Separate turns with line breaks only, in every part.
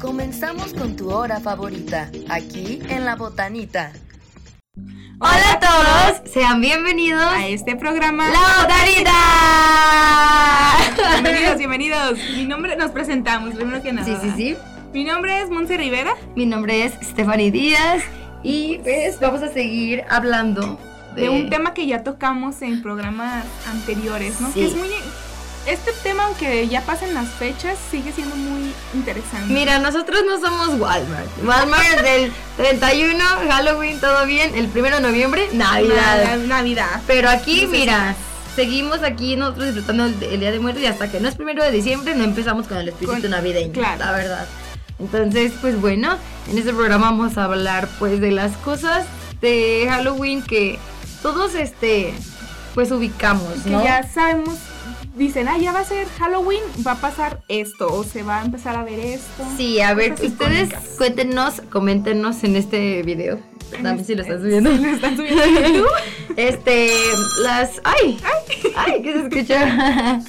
Comenzamos con tu hora favorita, aquí en La Botanita.
Hola a todos, sean bienvenidos
a este programa.
La Botanita.
Bienvenidos, bienvenidos. Mi nombre, nos presentamos primero que nada.
Sí, sí, sí.
Mi nombre es Monse Rivera.
Mi nombre es Stephanie Díaz y pues vamos a seguir hablando
de, un tema que ya tocamos en programas anteriores, ¿no?
Sí.
Que es muy este tema aunque ya pasen las fechas sigue siendo muy interesante.
Mira, nosotros no somos Walmart. Walmart del 31, Halloween, todo bien. El 1 de noviembre, Navidad.
Navidad. Navidad.
Pero aquí,
No sé
mira, seguimos aquí nosotros disfrutando el, el Día de Muertos y hasta que no es primero de diciembre no empezamos con el espíritu
Con-
navideño,
claro.
la verdad. Entonces, pues bueno, en este programa vamos a hablar pues de las cosas de Halloween que todos este pues ubicamos,
Que
¿no?
ya sabemos dicen, "Ah, ya va a ser Halloween, va a pasar esto o se va a empezar a ver esto."
Sí, a ver,
Cosas
ustedes
icónicas.
cuéntenos, coméntenos en este video. También si lo están subiendo.
este, Sí, lo están subiendo en YouTube.
Este, las. ¡Ay! ¡Ay! ¿Qué se escucha?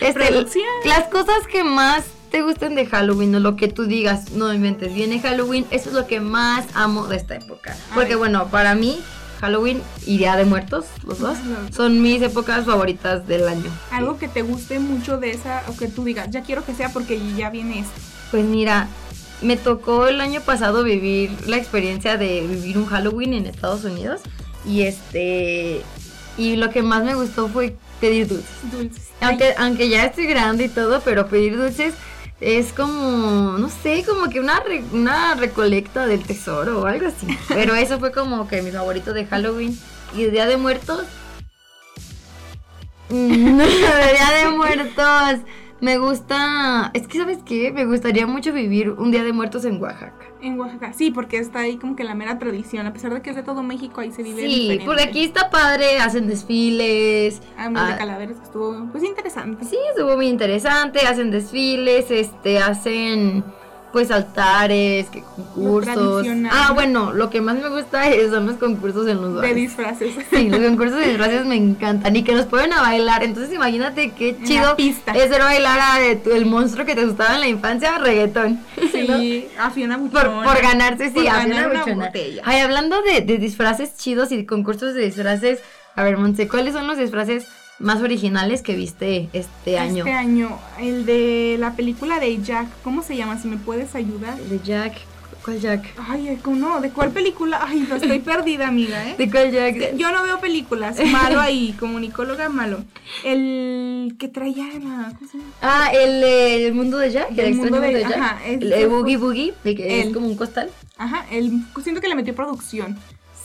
Este,
Producción.
las cosas que más te gustan de Halloween o lo que tú digas, no inventes, viene Halloween, eso es lo que más amo de esta época. Porque
Ay.
bueno, para mí, Halloween y Día de Muertos, los dos, son mis épocas favoritas del año.
Algo que te guste mucho de esa o que tú digas, "Ya quiero que sea porque ya viene esto."
Pues mira, me tocó el año pasado vivir la experiencia de vivir un Halloween en Estados Unidos y este y lo que más me gustó fue pedir dulces.
Dulces.
Aunque aunque ya estoy grande y todo, pero pedir dulces es como, no sé, como que una, re- una recolecta del tesoro o algo así. Pero eso fue como que mi favorito de Halloween y de Día de Muertos. Mm, de Día de Muertos. Me gusta, es que sabes qué, me gustaría mucho vivir un Día de Muertos en Oaxaca.
En Oaxaca, sí, porque está ahí como que la mera tradición. A pesar de que es de todo México, ahí se vive
Sí,
diferente.
porque aquí está padre, hacen desfiles,
Además
Ah.
de calaveras, que estuvo pues interesante.
Sí, estuvo muy interesante, hacen desfiles, este, hacen pues altares, que concursos.
tradicional.
Ah, bueno, lo que más me gusta es- son los concursos en los
De
bares.
disfraces.
pues, Sí, los concursos de disfraces me encantan y que nos ponen a bailar. Entonces imagínate qué
En
chido
la pista.
es ser bailar a de tu- el monstruo que te gustaba en la infancia, reggaetón.
Sí, a Fiona
Por,
Buchona.
por ganarse, sí,
Por
a
ganar
una
una
buchona.
botella.
Ay, hablando de, de disfraces chidos y de concursos de disfraces, a ver, Monse, ¿cuáles son los disfraces más originales que viste este año?
Este año, el de la película de Jack, ¿cómo se llama? Si me puedes ayudar.
El de Jack. ¿Cuál Jack?
Ay, es que no, ¿de cuál película? Ay, no estoy perdida, amiga, ¿eh?
¿De cuál Jack?
Yo no veo películas, malo ahí, comunicóloga malo. El que traía, la- ¿cómo se llama?
Ah, el, eh, el mundo de Jack. El,
El
extraño
mundo de-
mundo de Jack.
ajá, es-
el eh, Boogie Boogie, de que es
Él.
como un costal.
Ajá, el, siento que le metió producción.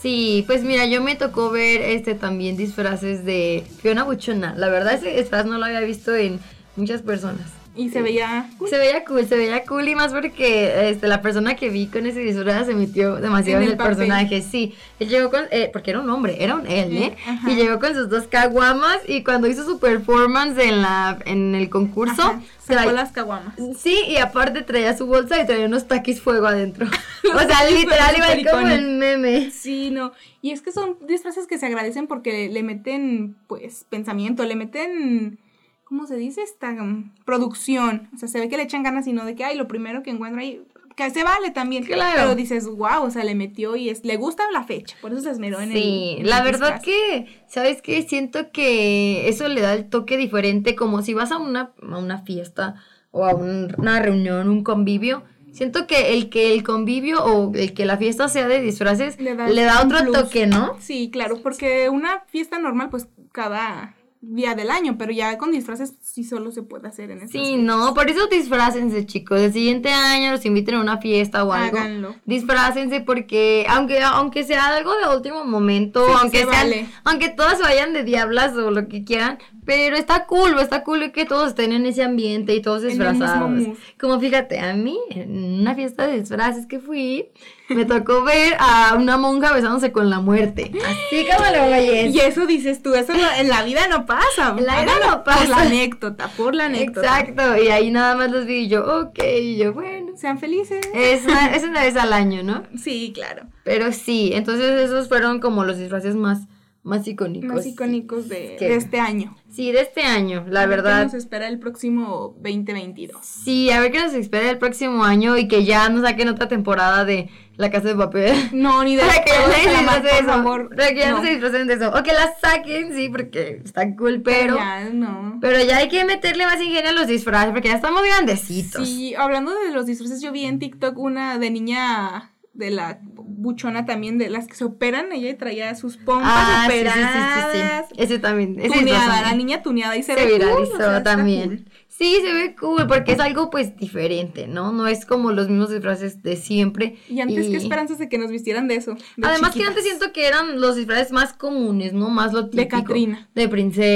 Sí, pues mira, yo me tocó ver este también disfraces de Fiona Buchona. La verdad, ese disfraz no lo había visto en muchas personas.
Y se veía
Se veía cool, se veía cool y más porque este, la persona que vi con ese disfraz se metió demasiado
En
en el,
el papel.
personaje, sí. Él llegó con, eh, porque era un hombre, era un él, ¿eh?
Ajá.
Y llegó con sus dos caguamas y cuando hizo su performance en, la, en el concurso,
Ajá, sacó
traía-
las caguamas.
Sí, y aparte traía su bolsa y traía unos taquis fuego adentro. o sea, literal iba ahí como el meme.
Sí, no. Y es que son disfraces que se agradecen porque le meten, pues, pensamiento, le meten, ¿cómo se dice? Esta mm, producción. O sea, se ve que le echan ganas y no de que, ay, lo primero que encuentra ahí, que se vale también.
Claro.
Pero dices, wow, o sea, le metió y es, le gusta la fecha. Por eso se esmeró en el-
Sí,
en el
la verdad
disfraz.
que, ¿sabes qué? Siento que eso le da el toque diferente, como si vas a una, a una fiesta o a un- una reunión, un convivio. Siento que el que el convivio o el que la fiesta sea de disfraces le
Le
da,
da un
otro
plus.
toque, ¿no?
Sí, claro, porque una fiesta normal, pues, cada día del año, pero ya con disfraces sí solo se puede hacer en esas
Sí,
fechas.
no, por eso disfrácense, chicos. El siguiente año los inviten a una fiesta o algo.
Háganlo.
Disfrácense porque aunque aunque sea algo de último momento,
Sí, sí
aunque
se
sean-
vale.
aunque todas se vayan de diablas o lo que quieran, pero está cool, está cool que todos estén en ese ambiente y todos
En el mismo
disfrazados.
mood.
Como fíjate, a mí en una fiesta de disfraces que fui, me tocó ver a una monja besándose con la muerte. Así como lo oyes.
Y eso dices tú, eso no- en la vida no pasa.
En la vida
Hágalo
no pasa.
Por la anécdota, por la anécdota.
Exacto, y ahí nada más los vi y yo, ok, y yo, bueno.
Sean felices.
Es una- es una vez al año, ¿no?
Sí, claro.
Pero sí, entonces esos fueron como los disfraces más, más icónicos.
más icónicos de,
que-
de este año.
Sí, de este año, la
A ver qué
verdad.
Nos espera el próximo 2022.
Sí, a ver qué nos espera el próximo año y que ya nos saquen otra temporada de La Casa de Papel.
No, ni de
Para que ya
Juegos
no
de
se
calamar,
disfracen de
por
eso.
favor.
Para que ya no.
No,
se disfracen de eso. O que la saquen, sí, porque está cool, pero.
ya, no.
Pero ya hay que meterle más ingenio a los disfraces, porque ya estamos grandecitos.
Sí, hablando de los disfraces, yo vi en TikTok una de niña de la buchona también, de las que se operan. Ella traía sus pompas
Ah, sí, sí, sí, sí,
operadas.
sí, Ese también. Ese
Tuneada,
disfraz
la
también.
niña tuneada y se,
se,
ve cool,
viralizó
o sea, está
también.
cool.
Sí, se ve cool, porque es algo pues diferente, ¿no? No es como los mismos disfraces de siempre.
Y antes, ¿qué esperanzas de que nos vistieran de eso? De
Además que
chiquitas.
antes siento que eran los disfraces más comunes, ¿no? Más lo típico.
De Catrina.
De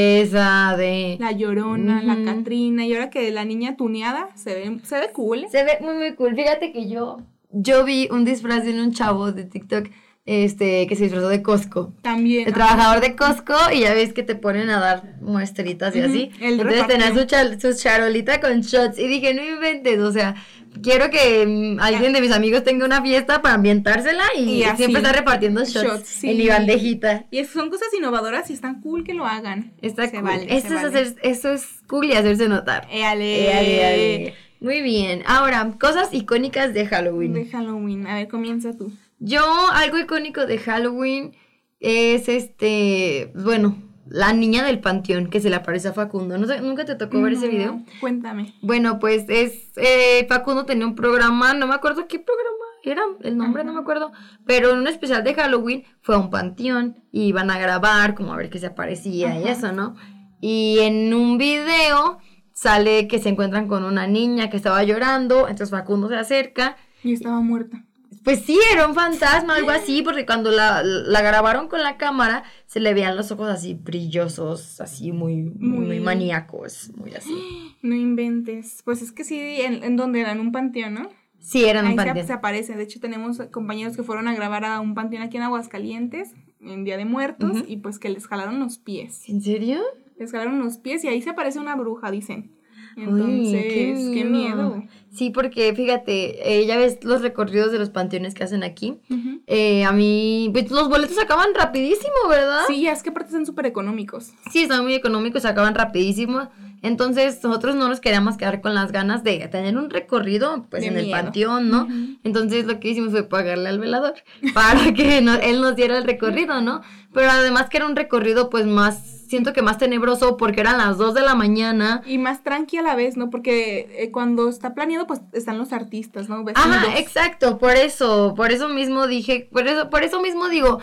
princesa, de...
La llorona,
Ujú.
la Catrina. Y ahora que la niña tuneada se ve, se ve cool. ¿eh?
Se ve muy, muy cool. Fíjate que yo... Yo vi un disfraz de un chavo de TikTok este, que se disfrazó de Costco.
También.
El trabajador de Costco y ya ves que te ponen a dar muestritas y
Ujú,
así.
el
Entonces
repartido.
tenía su, chal- su charolita con shots y dije, no inventes, o sea, quiero que mm, alguien de mis amigos tenga una fiesta para ambientársela y,
Y así.
siempre está repartiendo shots,
Shots, sí.
en mi bandejita.
Y es- son cosas innovadoras y están cool que lo hagan.
Está
Se
cool.
vale, se
Esto es
vale.
hacer- eso es cool y hacerse notar.
Éale.
Eh, ale, ale. Muy bien, ahora, cosas icónicas de Halloween.
De Halloween. A ver, comienza tú.
Yo, algo icónico de Halloween es este, bueno, la niña del panteón que se le aparece a Facundo. No sé, ¿Nunca te tocó ver ese
No,
video?
Cuéntame.
Bueno, pues es, eh, Facundo tenía un programa, no me acuerdo qué programa era, el nombre no me acuerdo, pero en un especial de Halloween fue a un panteón y iban a grabar como a ver qué se aparecía y
Ajá.
eso, ¿no? Y en un video sale que se encuentran con una niña que estaba llorando, entonces Facundo se acerca
Yo estaba muerta.
pues sí, era un fantasma, algo así, porque cuando la, la grabaron con la cámara, se le veían los ojos así brillosos, así muy, muy,
Muy-
maníacos, muy así.
No inventes. Pues es que sí, en, en donde era, en un panteón, ¿no?
Sí, eran
Ahí
un
se-
panteón.
Se, aparece. De hecho, tenemos compañeros que fueron a grabar a un panteón aquí en Aguascalientes, en Día de Muertos,
Ujú.
y pues que les jalaron los pies.
¿En serio?
Les jalaron los pies y ahí se aparece una bruja, dicen.
Uy,
Entonces, qué miedo.
Sí, porque fíjate, eh, ya ves los recorridos de los panteones que hacen aquí.
Ujú.
Eh, a mí, pues los boletos acaban rapidísimo, ¿verdad?
Sí, es que aparte son súper económicos.
Sí, están muy económicos, se acaban rapidísimo. Entonces, nosotros no nos queríamos quedar con las ganas de tener un recorrido pues,
De
en el
miedo.
panteón, ¿no?
Ujú.
Entonces, lo que hicimos fue pagarle al velador para que no- él nos diera el recorrido, ¿no? Pero además que era un recorrido, pues, más, siento que más tenebroso porque eran las 2 de la mañana.
Y más tranqui a la vez, ¿no? Porque eh, cuando está planeado, pues están los artistas, ¿no?
Ajá,
Vestidos.
exacto, por eso, por eso mismo dije, por eso, por eso mismo digo,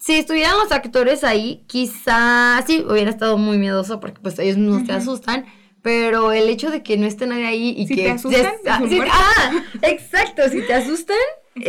si estuvieran los actores ahí, quizás sí hubiera estado muy miedoso porque pues ellos no te
Ujú.
asustan, pero el hecho de que no esté nadie ahí y
Si
que
te asustan,
si-
es un
si-
muerto.
ah, exacto, si te asustan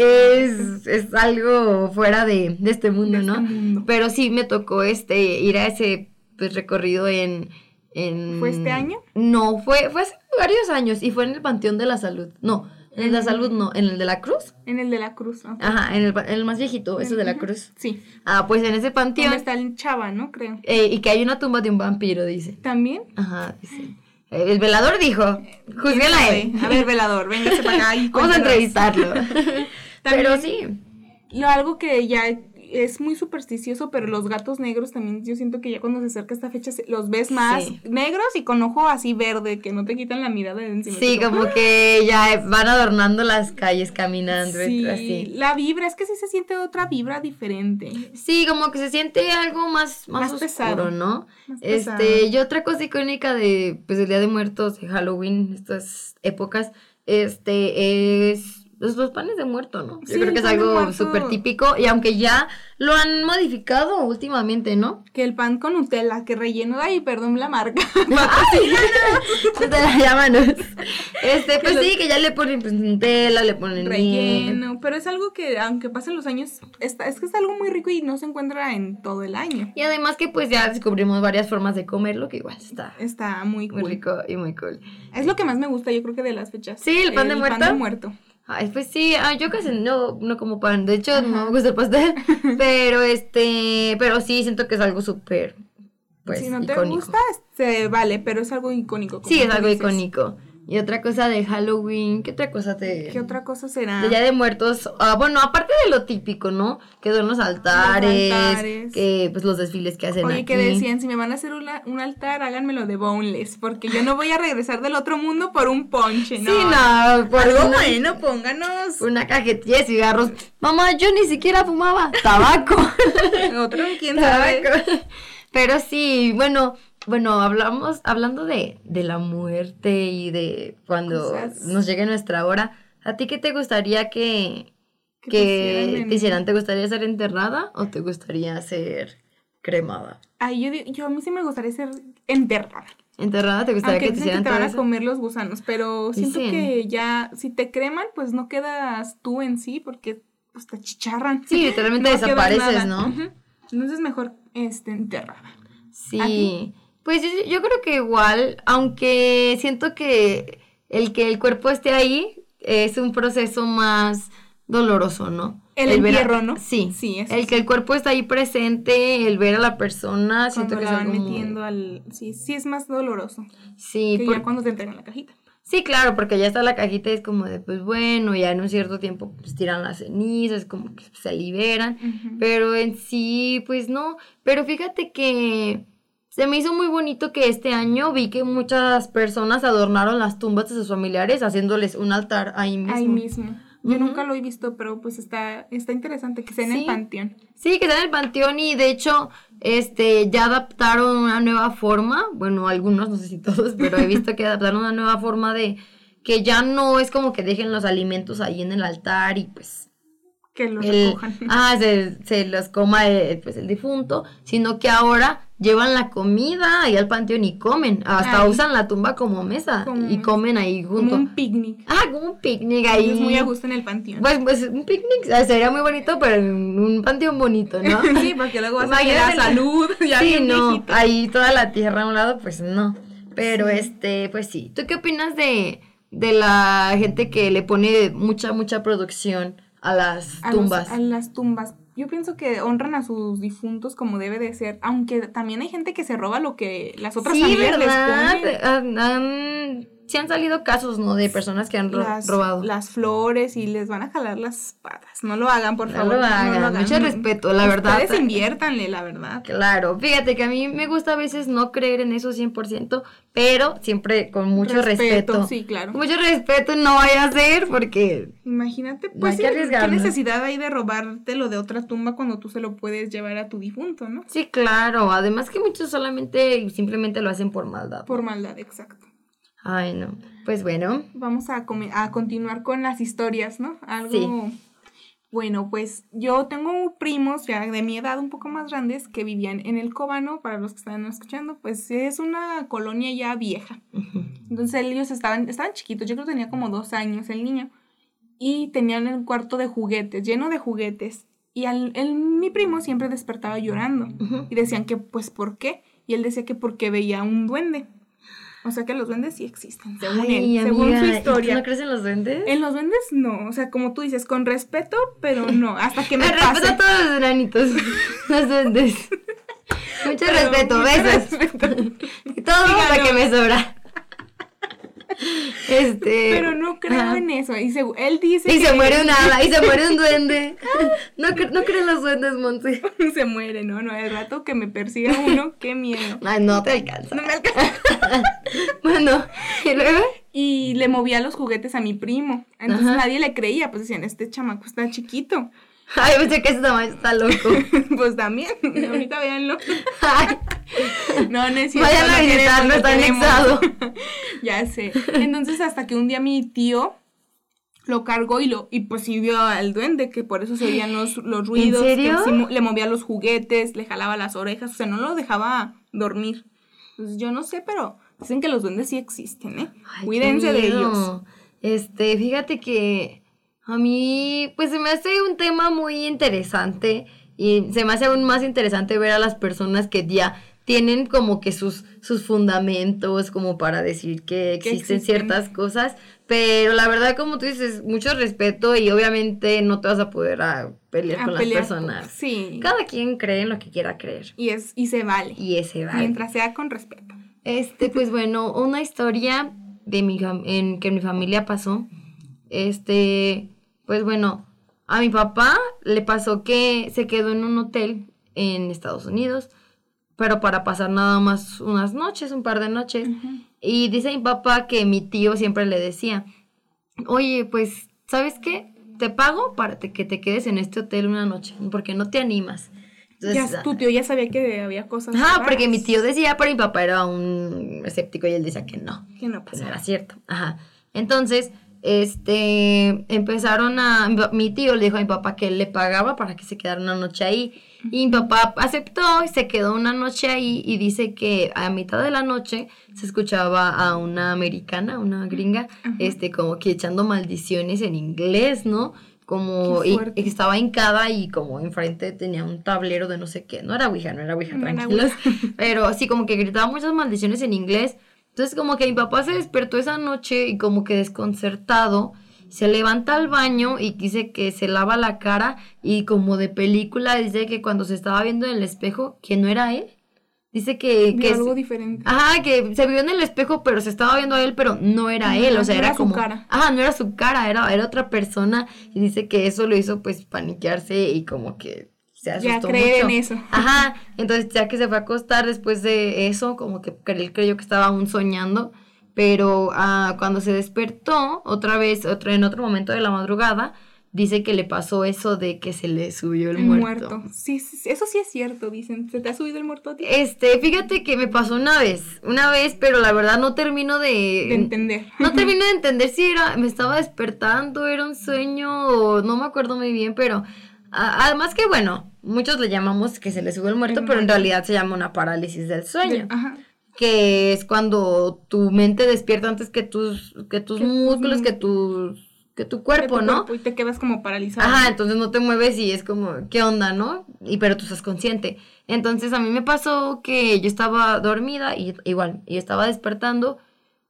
es, es algo fuera de, de este mundo,
de
¿no?
este mundo.
Pero sí me tocó este ir a ese pues, recorrido en, en-
¿Fue este año?
No, fue, fue hace varios años y fue en el Panteón de la Salud. No, en
Mm.
el de la Salud no, en el de la Cruz.
En el de la cruz. ¿no?
Ajá, en el, pa- en el más viejito, ese de la
Ujú.
Cruz.
Sí.
Ah, pues en ese panteón.
Donde está el chava, ¿no? Creo.
eh, y que hay una tumba de un vampiro, dice.
También.
Ajá, dice. Eh, El velador dijo, juzguen a Pues él.
A ver, velador, véngase para acá y
Vamos a
cuéntanos.
entrevistarlo. Pero
También-
sí,
Lo, algo que ya es muy supersticioso, pero los gatos negros también, yo siento que ya cuando se acerca esta fecha se- los ves más
Sí.
negros y con ojo así verde, que no te quitan la mirada de encima.
sí,
Como-
como que ya van adornando las calles caminando,
Sí,
así.
la vibra, es que sí se siente otra vibra diferente.
Sí, como que se siente algo más, más,
Más
oscuro,
pesado.
¿no?
Más pesado.
Este, y otra cosa icónica de, pues, el Día de Muertos, de Halloween, estas épocas, este, es los, los panes de muerto, ¿no? Yo
Sí,
creo
el
que es
pan de
algo
muerto.
súper típico, y aunque ya lo han modificado últimamente, ¿no?
Que el pan con Nutella, que relleno de ahí, perdón la marca.
¡Ay, no, Pues, no! Te la llámanos. Este, pues
lo-
sí, que ya le ponen, pues, Nutella, le ponen... miel.
relleno, pero es algo que aunque pasen los años, está, es que es algo muy rico y no se encuentra en todo el año.
Y además que, pues, ya descubrimos varias formas de comerlo, que igual está
Está muy
muy
cool.
rico y muy cool.
Es lo que más me gusta, yo creo que de las fechas.
Sí, el pan de muerto.
muerto.
Ay, pues sí, ah, yo casi no, no como pan, de hecho no me gusta el pastel, pero este, pero sí siento que es algo súper, pues,
si no te
icónico.
gusta, se vale, pero es algo icónico. como
sí, es
tú
algo
dices.
icónico. Y otra cosa de Halloween, ¿qué otra cosa te...?
¿Qué otra cosa será?
De Día de Muertos, ah, bueno, aparte de lo típico, ¿no? Que son los altares,
altares.
que pues los desfiles que hacen
Oye,
aquí.
que decían, si me van a hacer una- un altar, háganmelo de boneless, porque yo no voy a regresar del otro mundo por un ponche,
Sí,
¿no?
no, por
Algo
una,
bueno, pónganos
una cajetilla de cigarros. Mamá, yo ni siquiera fumaba tabaco.
otro, quién sabe.
Tabaco. Pero sí, bueno, bueno, hablamos, hablando de, de la muerte y de cuando
Cosas.
nos llegue nuestra hora, ¿a ti qué te gustaría que,
Que
que
pusieran en-
te hicieran? ¿Te gustaría ser enterrada o te gustaría ser cremada?
Ay, yo, di- yo a mí sí me gustaría ser enterrada.
¿Enterrada te gustaría
Aunque
Pues, que te hicieran
dicen que te van
todo
a
eso?
comer los gusanos, pero siento
Dicen.
que ya, si te creman, pues no quedas tú en sí, porque pues, te chicharran.
Sí, literalmente desapareces, ¿no? Ah,
Entonces mejor este, enterrada. ¿A
Sí.
ti?
Pues yo, yo creo que igual, aunque siento que el que el cuerpo esté ahí es un proceso más doloroso, ¿no?
El
ver a-
entierro, ¿no?
Sí.
Sí, eso
el
sí.
que el cuerpo está ahí presente, el ver a la persona, siento
Cuando
que
la
es
van
algo muy-
metiendo al... Sí, sí es más doloroso
Sí,
que
por-
ya cuando te entregan la cajita.
sí, claro, porque ya está la cajita y es como de, pues bueno, ya en un cierto tiempo pues tiran las cenizas, como que se liberan.
Ujú.
Pero en sí, pues no. Pero fíjate que se me hizo muy bonito que este año vi que muchas personas adornaron las tumbas de sus familiares haciéndoles un altar ahí mismo.
Ahí mismo. Yo
Ujú.
nunca lo he visto, pero pues está, está interesante que sea en
Sí.
el panteón.
Sí, que está en el panteón y de hecho, este, ya adaptaron una nueva forma. Bueno, algunos, no sé si todos, pero he visto que adaptaron una nueva forma de que ya no es como que dejen los alimentos ahí en el altar y pues
Que lo
el-
recojan.
ah, se, se los coma el, pues, el difunto, sino que ahora llevan la comida ahí al panteón y comen. Hasta
Ahí.
usan la tumba como mesa
Como
y
mesa.
comen ahí
Como
junto.
un picnic.
Ah, como un picnic ahí.
Es muy a gusto en el panteón.
Pues, pues un picnic ah, sería muy bonito, pero en un panteón bonito, ¿no?
sí, porque luego vas a
Imagínate
quedar
la-
salud. Ya
sí,
bien
no,
viejito.
ahí toda la tierra a un lado, pues no. Pero
Sí.
este, pues sí. ¿Tú qué opinas de, de la gente que le pone mucha, mucha producción a las
A los-
tumbas?
a las tumbas. Yo pienso que honran a sus difuntos como debe de ser, aunque también hay gente que se roba lo que las otras
sí,
familias
¿verdad?
les ponen.
Han- han- sí han salido casos, ¿no? De personas que han ro-
Las,
robado.
las flores y les van a jalar las patas. No lo hagan, por
No
favor.
lo hagan. Mucho respeto, la verdad.
Ustedes inviértanle, la verdad.
Claro, fíjate que a mí me gusta a veces no creer en eso 100%, pero siempre con mucho respeto.
Sí, claro.
Mucho respeto no vaya a ser porque...
Imagínate,
No
pues,
hay
sí,
que
¿qué
arriesgarnos.
necesidad hay de robártelo de otra tumba cuando tú se lo puedes llevar a tu difunto, ¿no?
Sí, claro. Además que muchos solamente y simplemente lo hacen por maldad.
Por maldad, exacto.
Ay, no. Pues bueno.
Vamos a, come- a continuar con las historias, ¿no? Algo.
Sí.
Bueno, pues yo tengo primos ya de mi edad un poco más grandes que vivían en el Cobano, para los que están escuchando, pues es una colonia ya vieja. Entonces ellos estaban, estaban chiquitos, yo creo que tenía como dos años el niño. Y tenían el cuarto de juguetes, lleno de juguetes. Y al- el- mi primo siempre despertaba llorando. Y decían que, pues, ¿por qué? Y él decía que porque veía un duende. O sea que los duendes sí existen, según
Ay,
él, según su
amiga, ¿y tú
historia.
¿No crecen los duendes?
En los duendes no, o sea, como tú dices, con respeto, pero no, hasta que me
Me respeto
pase.
a todos los granitos, los duendes. Mucho
Pero
respeto,
mucho
besos.
respeto.
Y todo lo
Dígalo.
que me sobra. Este.
Pero no creo
ajá.
en eso. Y segu- él dice
Y
que
se muere un hada, y se muere un duende. No, cre- no creen los duendes, Monse.
se muere, no, no, el rato que me persiga uno, qué miedo.
Ay, no te alcanza.
No me alcanza.
Bueno, y luego.
Y le movía los juguetes a mi primo. Entonces
Ajá.
nadie le creía, pues decían, este chamaco está chiquito.
Ay, pensé que ese tamaño está loco.
pues también, ahorita véanlo.
Ay,
No, no es cierto,
vayan a
lo queremos,
visitarlo,
lo
está
queremos.
anexado.
Ya sé. Entonces hasta que un día mi tío lo cargó y lo y pues sí vio al duende que por eso se oían los, los ruidos, que
serio?
sí mo- le movía los juguetes, le jalaba las orejas, o sea, no lo dejaba dormir. Entonces yo no sé, pero dicen que los duendes sí existen, ¿eh?
Ay, qué
Cuídense de
miedo.
ellos.
Este, fíjate que a mí, pues se me hace un tema muy interesante y se me hace aún más interesante ver a las personas que ya tienen como que sus, sus fundamentos como para decir que
Que
existen
existen.
ciertas cosas, pero la verdad como tú dices, mucho respeto y obviamente no te vas a poder ah, pelear
A
con
pelear,
las personas.
Sí.
Cada quien cree en lo que quiera creer
Y es y se vale,
y ese vale.
mientras sea con respeto.
Este, pues bueno, una historia de mi fam- en, que en mi familia pasó, este, pues bueno, a mi papá le pasó que se quedó en un hotel en Estados Unidos, pero para pasar nada más unas noches, un par de noches. Y dice mi papá que mi tío siempre le decía, oye, pues, ¿sabes qué? Te pago para te- que te quedes en este hotel una noche, porque no te animas.
ya, tu tío ya sabía que había cosas.
Ajá, porque
raras.
mi tío decía, pero mi papá era un escéptico y él decía que no,
Que no
pues
pasa
no era
nada.
cierto. Ajá. Entonces, este, empezaron a, mi pa- mi tío le dijo a mi papá que él le pagaba para que se quedara una noche ahí. Y mi papá aceptó y se quedó una noche ahí y dice que a mitad de la noche se escuchaba a una americana, una gringa, este, como que echando maldiciones en inglés, ¿no? Como
Qué
y-
fuerte.
y estaba hincada y como enfrente tenía un tablero de no sé qué. No era Ouija, no era Ouija,
No era
tranquilos. Pero sí, como que gritaba muchas maldiciones en inglés. Entonces, como que mi papá se despertó esa noche y como que desconcertado, se levanta al baño y dice que se lava la cara y como de película dice que cuando se estaba viendo en el espejo, que no era él. Dice que...
Vio
que Ah,
algo diferente.
Ajá, que se vio en el espejo, pero se estaba viendo a él, pero no era
Ajá,
él, o sea,
no
era,
era su
como...
cara.
Ajá, no era su cara, era, era otra persona. Y dice que eso lo hizo pues paniquearse y como que se
ya
asustó mucho.
creer
Ah,
en eso.
Ajá, entonces ya que se fue a acostar después de eso, como que cre- él creyó que estaba aún soñando, pero ah, cuando se despertó, otra vez, otro, en otro momento de la madrugada, dice que le pasó eso de que se le subió el,
El
muerto.
muerto. Sí, sí, sí, eso sí es cierto, dicen. ¿Se te ha subido el muerto a ti?
Este, fíjate que me pasó una vez, una vez, pero la verdad no termino
De entender.
no termino de entender si era, me estaba despertando, era un sueño, o no me acuerdo muy bien, pero a- además que bueno, muchos le llamamos que se le sube el muerto,
El
pero en
muerto.
realidad se llama una parálisis del ah. sueño,
De- ajá.
que es cuando tu mente despierta antes que tus, que tus
Que tus
músculos,
mu-
que tu, que tu
De
cuerpo,
tu
¿no?
cuerpo Y te quedas como paralizado.
Ajá, entonces no te mueves y es como, ¿qué onda, no? Y pero tú estás consciente. Entonces a mí me pasó que yo estaba dormida y igual, y estaba despertando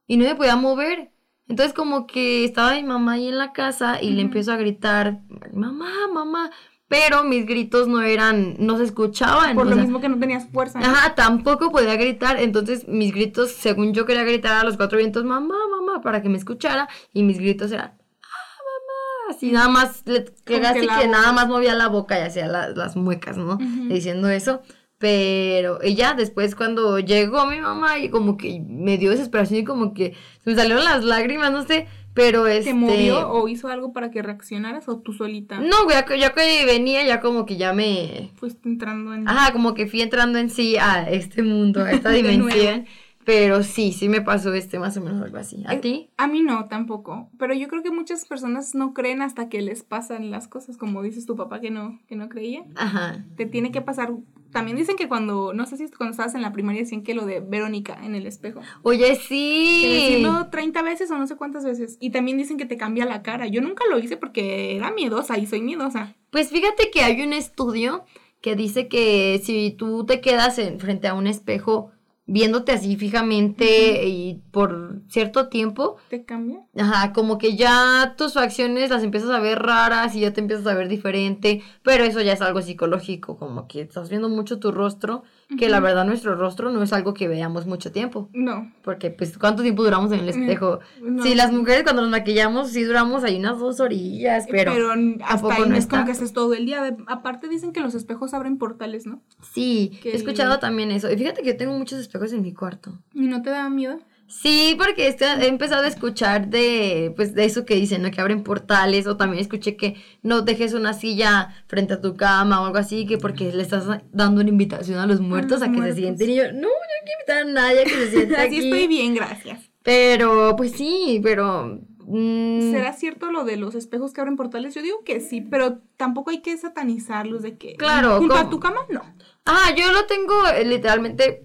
y no me podía mover. Entonces como que estaba mi mamá ahí en la casa y le
Ujú.
empiezo a gritar, mamá, mamá, pero mis gritos no eran, no se escuchaban.
Por
o
lo
sea,
mismo que no tenías fuerza.
Ajá, tampoco podía gritar, entonces mis gritos, según yo quería gritar a los cuatro vientos, mamá, mamá, para que me escuchara, y mis gritos eran, ah, mamá, así nada más, le, que
que
casi
la
que
boca.
nada más movía la boca y hacía la- las muecas, ¿no?
Ujú.
Diciendo eso, pero y ya después cuando llegó mi mamá y como que me dio desesperación y como que se me salieron las lágrimas, no sé, pero este...
¿Te movió o hizo algo para que reaccionaras o tú solita
No, güey, ya que- ya que venía, ya como que ya me...
fuiste entrando en...
Ajá, como que fui entrando en sí a este mundo, a esta
De nuevo.
dimensión. Pero sí, sí me pasó este más o menos algo así.
Eh,
¿A ti?
A mí no, tampoco. Pero yo creo que muchas personas no creen hasta que les pasan las cosas, como dices tu papá que no, que no creía.
Ajá.
Te tiene que pasar... También dicen que cuando, no sé si es cuando estabas en la primaria, decían que lo de Verónica en el espejo.
Oye,
Que
sí.
decirlo 30 veces o no sé cuántas veces. Y también dicen que te cambia la cara. Yo nunca lo hice porque era miedosa y soy miedosa.
Pues fíjate que hay un estudio que dice que si tú te quedas en, frente a un espejo viéndote así fijamente y por cierto tiempo,
¿Te cambia?
Ajá, como que ya tus facciones las empiezas a ver raras y ya te empiezas a ver diferente, pero eso ya es algo psicológico, como que estás viendo mucho tu rostro, que la
Ujú.
verdad nuestro rostro no es algo que veamos mucho tiempo,
No.
porque pues cuánto tiempo duramos en el espejo.
no.
Sí, las mujeres cuando nos maquillamos sí duramos ahí unas dos orillas, pero,
Eh, Pero, hasta
poco
ahí
no
no es como
está?
que estés todo el día. De- Aparte dicen que los espejos abren portales, ¿no?
sí,
que
he escuchado también eso. Y fíjate que yo tengo muchos espejos en mi cuarto.
¿Y no te da miedo?
Sí, porque este- he empezado a escuchar de, pues, de eso que dicen, ¿no? Que abren portales, o también escuché que no dejes una silla frente a tu cama o algo así, que porque le estás dando una invitación a los muertos a, que
muertos.
se sienten. Y yo, no, yo no quiero invitar a nadie a que se siente
Así
aquí.
estoy bien, gracias.
Pero, pues sí, pero... mm,
¿Será cierto lo de los espejos que abren portales? Yo digo que sí, pero tampoco hay que satanizarlos de que...
Claro,
¿Junto
¿cómo?
a tu cama? No.
Ah, yo lo tengo eh, literalmente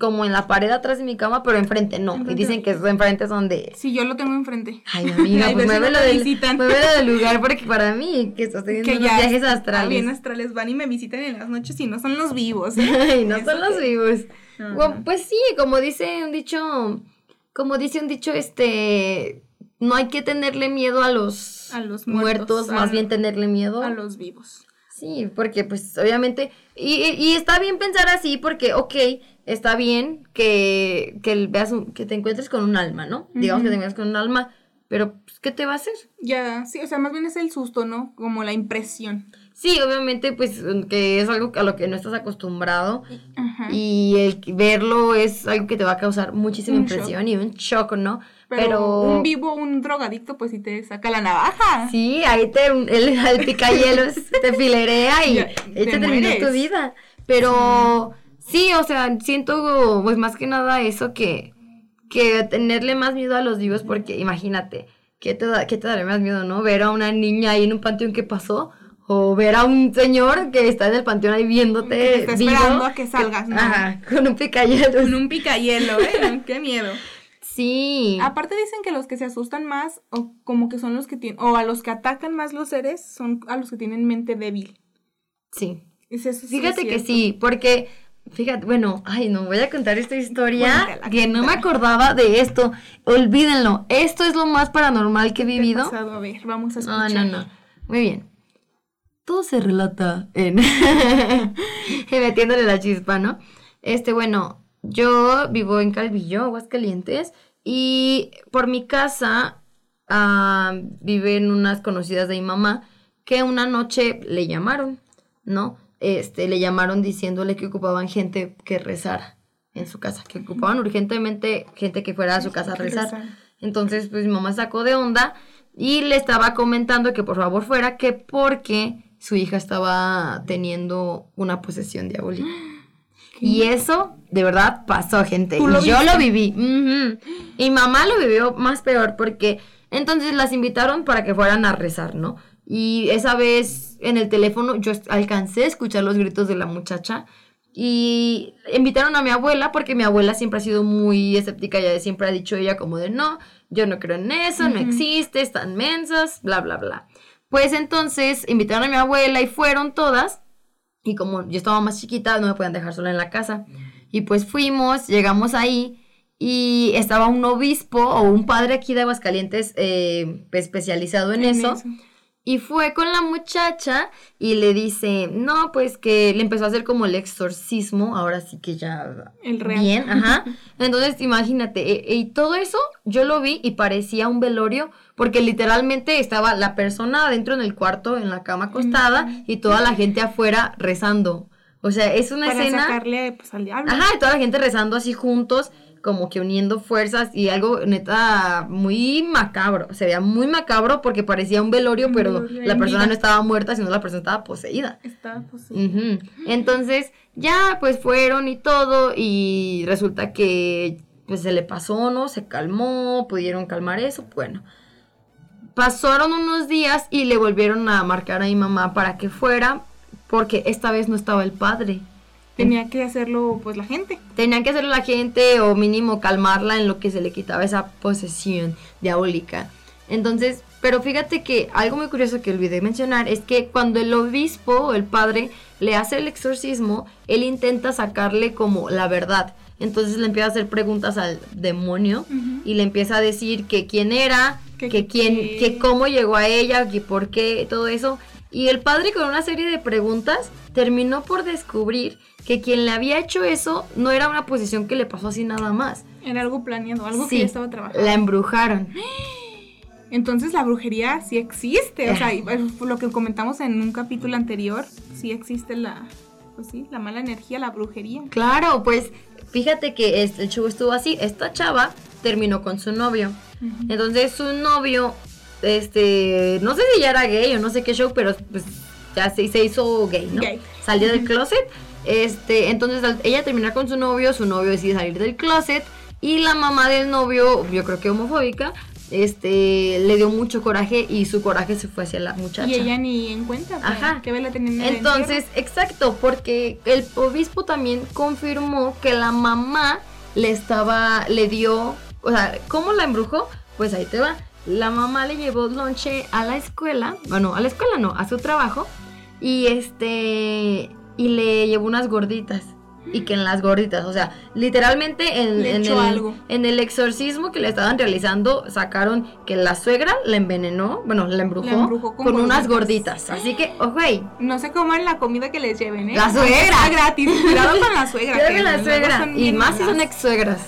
como en la pared atrás de mi cama, pero enfrente no.
Enfrente
Y dicen
no.
que esos enfrente son de...
Si yo lo tengo enfrente.
Ay, amiga,
Ay,
pues
ver si no
muévelo
te
del,
visitan.
muévelo del lugar porque para mí que estás teniendo unos viajes
ah,
astrales.
Bien astrales van y me visitan en las noches y no son los vivos.
Ay, no son
Eso
los
que-
vivos.
No,
Bueno,
no.
pues sí, como dice un dicho, como dice un dicho, este, no hay que tenerle miedo a los,
A los
muertos,
muertos,
más
a-
bien tenerle miedo
A los vivos.
Sí, porque pues obviamente, y, y- y está bien pensar así porque, ok, está bien que, que el- veas un- que te encuentres con un alma, ¿no? Digamos que
Ujú.
te encuentres con un alma, pero pues, ¿qué te va a hacer?
Ya, sí, o sea, más bien es el susto, ¿no? Como la impresión.
Sí, obviamente pues que es algo a lo que no estás acostumbrado
Ajá.
y el que- verlo es algo que te va a causar muchísima
Un
impresión y un shock, ¿no?
pero,
pero-
un vivo, un drogadicto, pues sí te saca la navaja.
Sí, ahí te, el, el picahielos te filerea y
Ya,
ahí
te
te terminó
mueres.
tu vida. Pero sí, o sea, siento pues más que nada eso que, que tenerle más miedo a los vivos porque imagínate, ¿qué te, da, ¿qué te daría más miedo, no? Ver a una niña ahí en un panteón que pasó o ver a un señor que está en el panteón ahí viéndote
Que te está
vivo,
esperando a que salgas, ¿no?
Ajá, con un picayelos.
Con un picayelo, ¿eh? No, Qué miedo.
Sí.
Aparte dicen que los que se asustan más, o como que son los que tienen, o a los que atacan más los seres, son a los que tienen mente débil.
Sí.
Es eso sí
Fíjate
es
que
cierto.
sí, porque, fíjate, bueno, ay, no, voy a contar esta historia
Cuéntala,
que no me
cuéntala.
acordaba de esto. Olvídenlo, esto es lo más paranormal que he
¿Qué ha
vivido.
pasado? A ver, vamos a
No,
escuchar.
no, no. Muy bien. Todo se relata en. en Metiéndole la chispa, ¿no? Este, bueno, yo vivo en Calvillo, Aguascalientes, y por mi casa ah, viven unas conocidas de mi mamá que una noche le llamaron, ¿no? Este, le llamaron diciéndole que ocupaban gente que rezara en su casa, que ocupaban urgentemente gente que fuera a su casa a
Que
rezar.
rezar.
Entonces, pues mi mamá sacó de onda y le estaba comentando que por favor fuera, que porque su hija estaba teniendo una posesión diabólica. Y eso, de verdad, pasó, gente.
¿Tú lo
Y yo
viste?
lo viví. ujú. Y mamá lo vivió más peor porque entonces las invitaron para que fueran a rezar, ¿no? Y esa vez en el teléfono yo est- alcancé a escuchar los gritos de la muchacha. Y invitaron a mi abuela porque mi abuela siempre ha sido muy escéptica, ya siempre ha dicho ella como de no, yo no creo en eso, no existe, están mensas, bla, bla, bla. Pues entonces invitaron a mi abuela y fueron todas. Y como yo estaba más chiquita, no me podían dejar sola en la casa. Y pues fuimos, llegamos ahí y estaba un obispo o un padre aquí de Aguascalientes eh, especializado en, eso. Y fue con la muchacha y le dice, no, pues que le empezó a hacer como el exorcismo, ahora sí que ya
El real.
bien, ajá. Entonces, imagínate, e- e- y todo eso yo lo vi y parecía un velorio, porque literalmente estaba la persona adentro en el cuarto, en la cama acostada, y toda la gente afuera rezando. O sea, es una
Para
escena...
sacarle pues, al diablo.
Ajá, y toda la gente rezando así juntos, como que uniendo fuerzas y algo neta muy macabro. Se veía muy macabro porque parecía un velorio,
Un
pero
velorio
la
en
persona
vida.
no estaba muerta, sino la persona estaba poseída.
Está, pues, sí.
Ujú. Entonces, ya pues fueron y todo, y resulta que pues se le pasó, ¿no? Se calmó, pudieron calmar eso, bueno. Pasaron unos días y le volvieron a marcar a mi mamá para que fuera, porque esta vez no estaba el padre
Tenía que hacerlo, pues, la gente.
tenían que hacerlo la gente o mínimo calmarla en lo que se le quitaba esa posesión diabólica. Entonces, pero fíjate que algo muy curioso que olvidé mencionar es que cuando el obispo o el padre le hace el exorcismo, él intenta sacarle como la verdad. Entonces le empieza a hacer preguntas al demonio
Ujú.
y le empieza a decir que quién era,
Que-
que, quién,
que-
que cómo llegó a ella, que por qué, todo eso. Y el padre con una serie de preguntas terminó por descubrir que quien le había hecho eso no era una posición que le pasó así nada más.
Era algo planeado, algo
Sí,
que ya estaba trabajando.
La embrujaron.
Entonces la brujería sí existe, o sea, y, eh, lo que comentamos en un capítulo anterior, sí existe la, pues sí, la mala energía, la brujería.
Claro, pues fíjate que es- el show estuvo así. Esta chava terminó con su novio.
Ujú.
Entonces su novio, este, no sé si ya era gay o no sé qué show, pero pues ya se, se hizo gay, ¿no?
Gay.
Salió del closet. Este, entonces al- ella terminar con su novio, su novio decide salir del closet y la mamá del novio, yo creo que homofóbica, este, le dio mucho coraje y su coraje se fue hacia la muchacha.
Y ella ni en cuenta,
Ajá.
que vela teniendo
Entonces, exacto, porque el obispo también confirmó que la mamá le estaba, le dio, o sea, ¿cómo la embrujó? Pues ahí te va. La mamá le llevó lonche a la escuela, bueno, a la escuela no, a su trabajo, y este, y le llevó unas gorditas. y que en las gorditas. O sea, literalmente en,
Le
en
echó
el,
algo.
en el exorcismo que le estaban realizando, sacaron que la suegra la envenenó, bueno, la embrujó,
embrujó con
con, unas
gorditas.
gorditas. Así que, ojo ahí.
No se coman la comida que les lleven, ¿eh?
La suegra.
Está gratis. Cuidado con la suegra.
Creo
que
que la
luego
suegra.
son
Y
bien
más si son
malas.
ex suegras.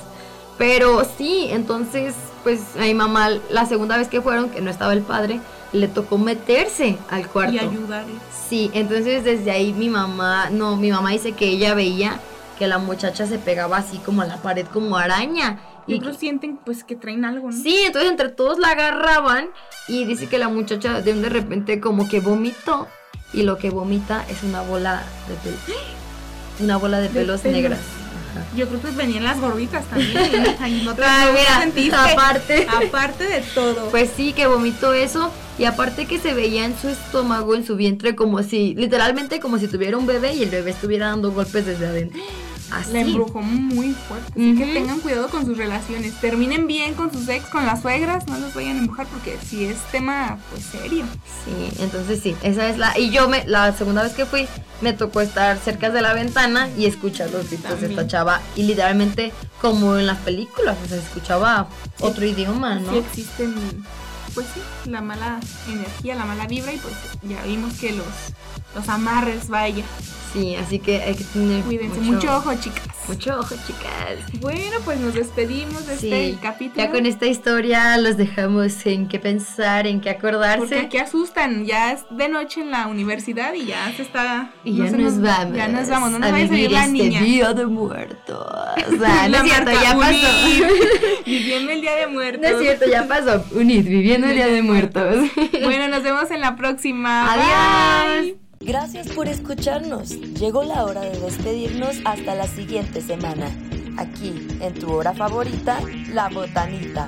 Pero sí, entonces, pues a mi mamá, la segunda vez que fueron, que no estaba el padre, le tocó meterse al cuarto.
Y ayudarle.
Sí, entonces desde ahí mi mamá, no, mi mamá dice que ella veía que la muchacha se pegaba así como a la pared, como araña.
Y
Y
otros sienten pues que traen algo, ¿no?
sí, entonces entre todos la agarraban y dice que la muchacha de, de repente como que vomitó y lo que vomita es una bola de pelo. Una bola de,
De
pelos,
pelos.
negras.
Yo creo que venían las gorditas también. ¿no? Ay, no te
Ay,
no
mira,
sentiste.
aparte.
Aparte de todo.
Ah, Pues sí, que vomitó eso. Y aparte que se veía en su estómago, en su vientre, como si, literalmente como si tuviera un bebé y el bebé estuviera dando golpes desde adentro. Así.
La embrujó muy fuerte. Así que
Ujú.
tengan cuidado con sus relaciones. Terminen bien con sus ex, con las suegras. No los vayan a embrujar porque si es tema pues serio.
Sí, entonces sí, esa es la... Y yo me, la segunda vez que fui, me tocó estar cerca de la ventana y escuchar los gritos de esta
También.
chava. Y literalmente como en las películas, o sea, se escuchaba otro idioma, Ah, ¿no?
Si existen pues sí, la mala energía, la mala vibra y pues ya vimos que los, los amarres, vaya.
Sí, así que hay que tener
Cuídense, mucho,
mucho,
ojo, chicas.
mucho ojo, chicas.
Bueno, pues nos despedimos de
Sí,
este capítulo.
Ya con esta historia los dejamos en qué pensar, en qué
Porque
acordarse.
aquí asustan, ya es de noche en la universidad y ya se está...
Y ya
no se
nos, vamos.
Ya nos vamos, no nos
a
vaya a salir
vivir
la
este
niña.
día de muertos. Ah, no
La
es cierto,
marca
ya pasó.
Unid, Viviendo el Día de Muertos.
No es cierto, ya pasó. Unid, viviendo el día de muertos.
Bueno, nos vemos en la próxima.
Adiós.
Bye.
Gracias por escucharnos. Llegó la hora de despedirnos hasta la siguiente semana. Aquí, en tu hora favorita, La Botanita.